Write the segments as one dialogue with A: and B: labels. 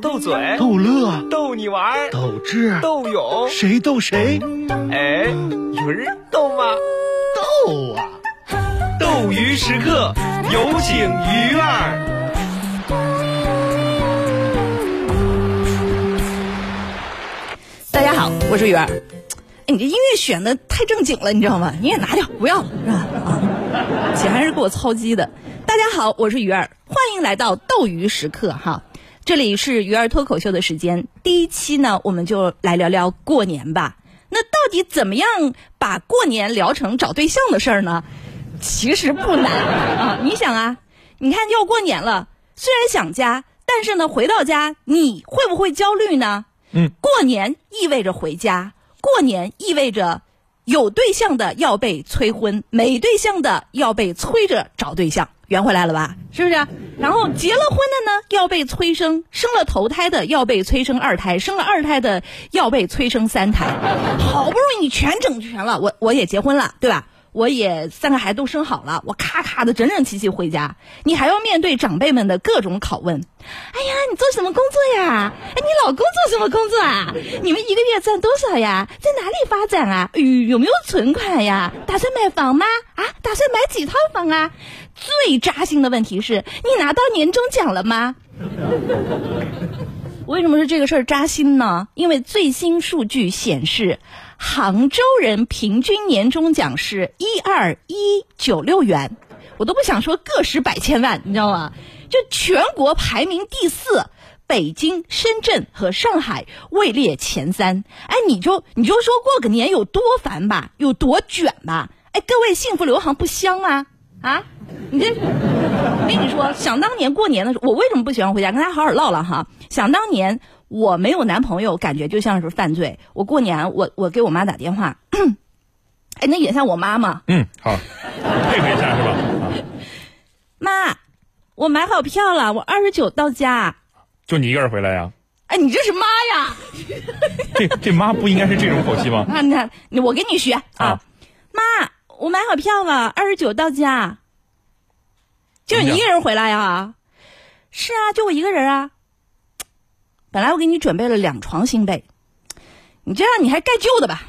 A: 斗
B: 哎
A: 嘴、
C: 逗乐、
A: 逗你玩儿、
C: 斗智，
A: 斗勇，
C: 谁逗谁？
A: 哎，有人斗吗？
C: 逗啊！
A: 斗鱼时刻，有请鱼儿。
B: 大家好，我是鱼儿。哎，你这音乐选的太正经了，你知道吗？你也拿掉，不要了，是吧？啊，显然是给我操机的。大家好，我是鱼儿，欢迎来到斗鱼时刻哈。这里是鱼儿脱口秀的时间，第一期呢，我们就来聊聊过年吧。那到底怎么样把过年聊成找对象的事儿呢？其实不难啊，你想啊，你看要过年了，虽然想家，但是呢，回到家你会不会焦虑呢？过年意味着回家，过年意味着有对象的要被催婚，没对象的要被催着找对象，圆回来了吧？是不是？然后结了婚的呢要被催生，生了头胎的要被催生二胎，生了二胎的要被催生三胎。好不容易你全整全了，我我也结婚了，对吧？我也三个孩子都生好了，我咔咔的整整齐齐回家，你还要面对长辈们的各种拷问。哎呀，你做什么工作呀？哎，你老公做什么工作啊？你们一个月赚多少呀？在哪里发展啊？有、有没有存款呀？打算买房吗？啊，打算买几套房啊？最扎心的问题是你拿到年终奖了吗？为什么说这个事儿扎心呢？因为最新数据显示，杭州人平均年终奖是一二一九六元，我都不想说个十百千万，你知道吗？就全国排名第四，北京、深圳和上海位列前三。哎，你就你就说过个年有多烦吧，有多卷吧？哎，各位幸福流行不香吗？啊，你这。跟你说，想当年过年的时候，我为什么不喜欢回家？跟大家好好唠唠哈。想当年我没有男朋友，感觉就像是犯罪。我过年，我我给我妈打电话， 哎，那也像我妈吗？
C: 嗯，好，配合一下是吧？
B: 妈，我买好票了，我二十九到家。
C: 就你一个人回来呀？
B: 哎，你这是妈呀！
C: 这这妈不应该是这种口气吗？
B: 啊，你看，你我跟你学啊
C: 啊
B: 妈，我买好票了，二十九到家。就你一个人回来呀、是啊，就我一个人啊。本来我给你准备了两床新被，你这样你还盖旧的吧？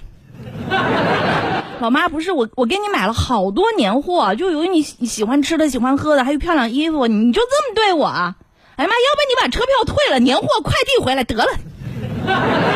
B: 老妈不是我，我给你买了好多年货，就有你喜你喜欢吃的、喜欢喝的，还有漂亮衣服，你就这么对我啊？哎妈，要不你把车票退了，年货快递回来得了。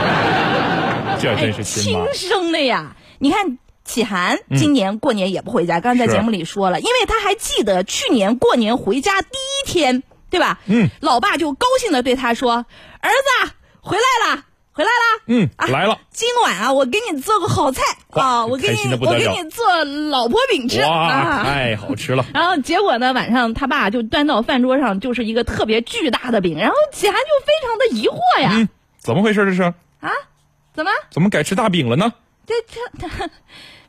C: 这
B: 哎，
C: 真是亲妈嗯
B: 亲。生的呀！你看启涵今年过年也不回家，刚才在
C: 是
B: 节目里说了，因为他还记得去年过年回家第一天，对吧？
C: 嗯，
B: 老爸就高兴的对他说：“儿子回来啦，回来啦！”
C: 嗯，
B: 啊
C: 来了，
B: 今晚啊，我给你做个好菜
C: 哇
B: 啊，我给
C: 开心
B: 你
C: 得不得
B: 我给
C: 了
B: 你做老婆饼吃
C: 哇，哎
B: 啊。
C: 太好吃了。
B: 然后结果呢，晚上他爸就端到饭桌上，就是一个特别巨大的饼，然后启涵就非常的疑惑呀，
C: 嗯，怎么回事？这是
B: 怎么？
C: 怎么改吃大饼了呢？
B: 这这他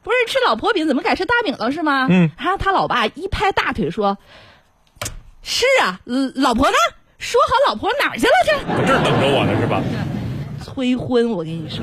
B: 不是吃老婆饼，怎么改吃大饼了是吗？
C: 嗯，
B: 然后他老爸一拍大腿说：“是啊，嗯老婆呢？说好老婆哪儿去了？
C: 搁这儿等着我呢是吧？
B: 这催婚，我跟你说，